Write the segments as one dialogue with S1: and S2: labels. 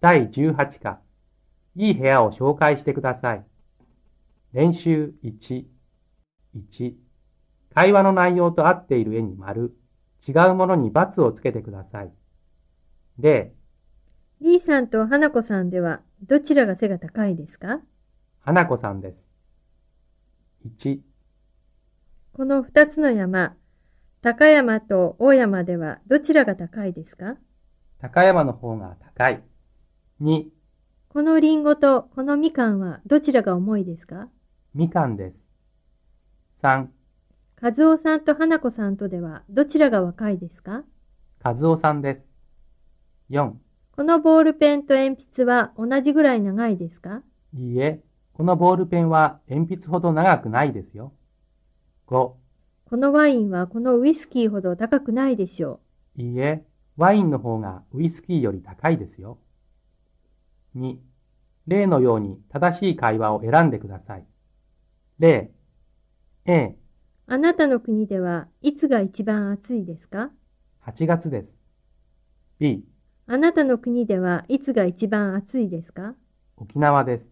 S1: 第18課、いい部屋を紹介してください。練習1、1、会話の内容と合っている絵に丸、違うものに×をつけてください。0、
S2: リーさんと花子さんではどちらが背が高いですか
S1: 花子さんです。1、
S2: この二つの山、高山と大山ではどちらが高いですか
S1: 高山の方が高い。2、
S2: このリンゴとこのみかんはどちらが重いですか
S1: みかんです。3、
S2: 和夫さんと花子さんとではどちらが若いですか
S1: 和夫さんです。4、
S2: このボールペンと鉛筆は同じぐらい長いですか
S1: いいえ、このボールペンは鉛筆ほど長くないですよ。5、
S2: このワインはこのウイスキーほど高くないでしょ
S1: いいえ、ワインの方がウイスキーより高いですよ。2、例のように正しい会話を選んでください。例、A、
S2: う。あなたの国ではいつが一番暑いですか
S1: 8月です。B、
S2: あなたの国ではいつが一番暑いですか
S1: 沖縄です。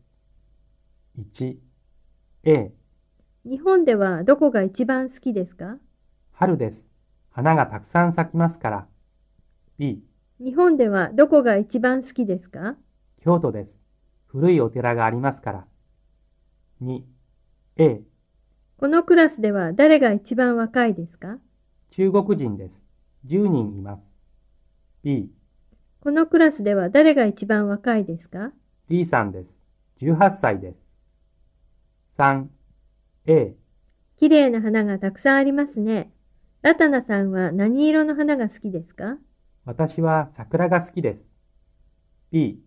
S1: 1、A、
S2: 日本ではどこが一番好きですか
S1: 春です。花がたくさん咲きますから。B、
S2: 日本ではどこが一番好きですか
S1: 京都です。古いお寺がありますから。2、A、
S2: このクラスでは誰が一番若いですか
S1: 中国人です。10人います。B、
S2: このクラスでは誰が一番若いですか
S1: B さんです。18歳です。3、A、
S2: 綺麗な花がたくさんありますね。ラタナさんは何色の花が好きですか
S1: 私は桜が好きです。B、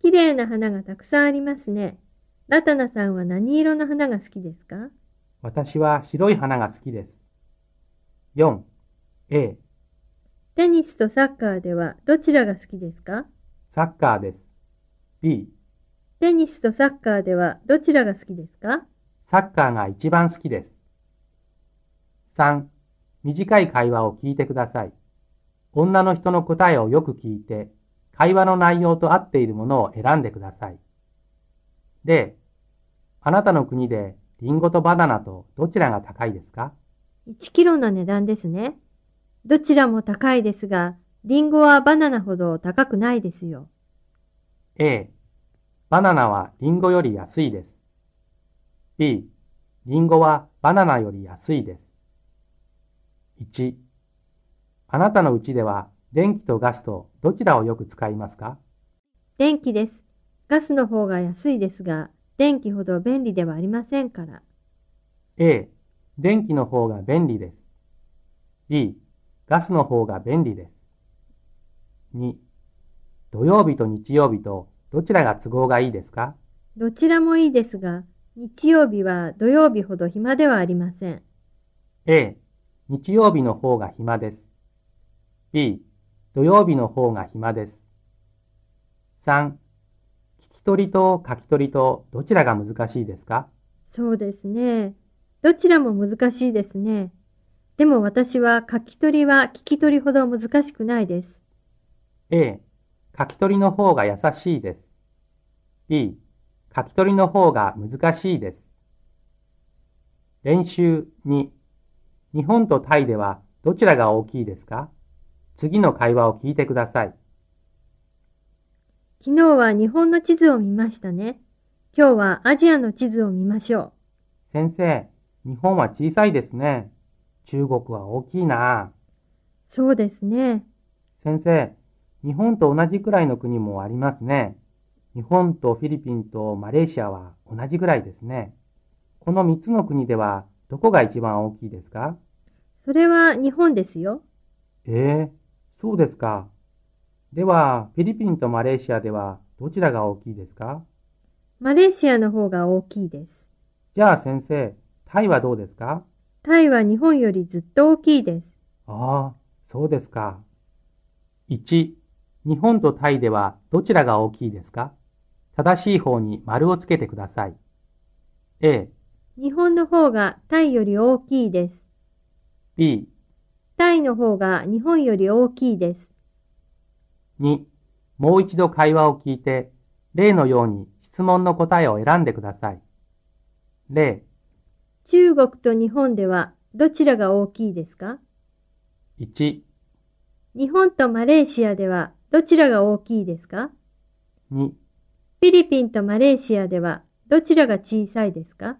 S2: 綺麗な花がたくさんありますね。ラタナさんは何色の花が好きですか
S1: 私は白い花が好きです。4、A、
S2: テニスとサッカーではどちらが好きですか
S1: サッカーです。B、
S2: テニスとサッカーではどちらが好きですか
S1: サッカーが一番好きです。3、短い会話を聞いてください。女の人の答えをよく聞いて、会話の内容と合っているものを選んでください。で、あなたの国でリンゴとバナナとどちらが高いですか
S2: 1キロの値段ですね。どちらも高いですが、リンゴはバナナほど高くないですよ。
S1: ?A、バナナはリンゴより安いです。B、リンゴはバナナより安いです。1、あなたの家では電気とガスとどちらをよく使いますか
S2: 電気です。ガスの方が安いですが、電気ほど便利ではありませんから。
S1: A、電気の方が便利です。B、ガスの方が便利です。2、土曜日と日曜日とどちらが都合がいいですか
S2: どちらもいいですが、日曜日は土曜日ほど暇ではありません。
S1: ?A、日曜日の方が暇です。B、土曜日の方が暇です。3、聞き取りと書き取りとどちらが難しいですか
S2: そうですね。どちらも難しいですね。でも私は書き取りは聞き取りほど難しくないです。
S1: A、書き取りの方が優しいです。B、書き取りの方が難しいです。練習2、日本とタイではどちらが大きいですか次の会話を聞いてください。
S2: 昨日は日本の地図を見ましたね。今日はアジアの地図を見ましょ
S1: 先生、日本は小さいですね。中国は大きいなあ。
S2: う。そうですね。
S1: 先生、日本と同じくらいの国もありますね。日本とフィリピンとマレーシアは同じくらいですね。この3つの国ではどこが一番大きいですか
S2: それは日本ですよ。
S1: ええそうですか。では、フィリピンとマレーシアではどちらが大きいですか
S2: マレーシアの方が大きいです。
S1: じゃあ先生、タイはどうですか
S2: タイは日本よりずっと大きいです。
S1: ああ、そうですか。1、日本とタイではどちらが大きいですか正しい方に丸をつけてください。A、
S2: 日本の方がタイより大きいです。
S1: B、
S2: タイの方が日本より大きいです。
S1: 2、もう一度会話を聞いて、例のように質問の答えを選んでください。例、
S2: 中国と日本ではどちらが大きいですか
S1: 1、
S2: 日本とマレーシアではどちらが大きいですか
S1: 2、
S2: フィリピンとマレーシアではどちらが小さいですか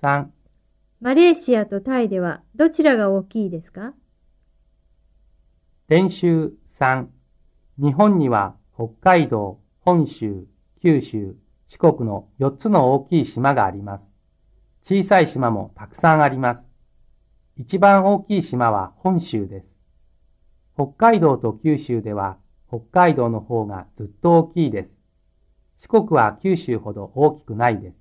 S1: 3、
S2: マレーシアとタイではどちらが大きいですか
S1: 練習3。日本には北海道、本州、九州、四国の4つの大きい島があります。小さい島もたくさんあります。一番大きい島は本州です。北海道と九州では北海道の方がずっと大きいです。四国は九州ほど大きくないです。